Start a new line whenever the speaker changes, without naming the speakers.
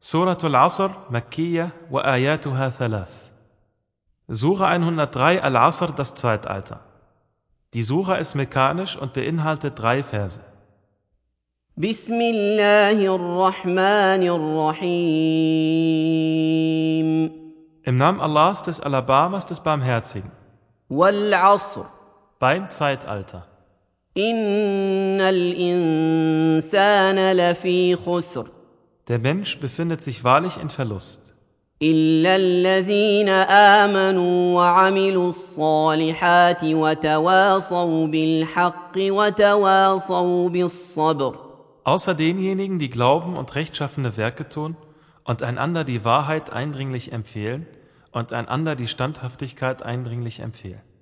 Surah Al-Asr, Makkiya wa ayatuha thalath. Sura 103 Al-Asr, das Zeitalter. Die Sura ist mekanisch und beinhaltet drei Verse.
بسم الله الرحمن الرحيم
Im Namen Allahs des Alabamas des Barmherzigen.
والعصر
Beim Zeitalter.
إن الإنسان لفي خسر
Der Mensch befindet sich wahrlich in Verlust.
إلا الذين آمنوا وعملوا الصالحات وتواصوا بالحق وتواصوا بالصبر
Außer denjenigen, die glauben und rechtschaffene Werke tun und einander die Wahrheit eindringlich empfehlen und einander die Standhaftigkeit eindringlich empfehlen.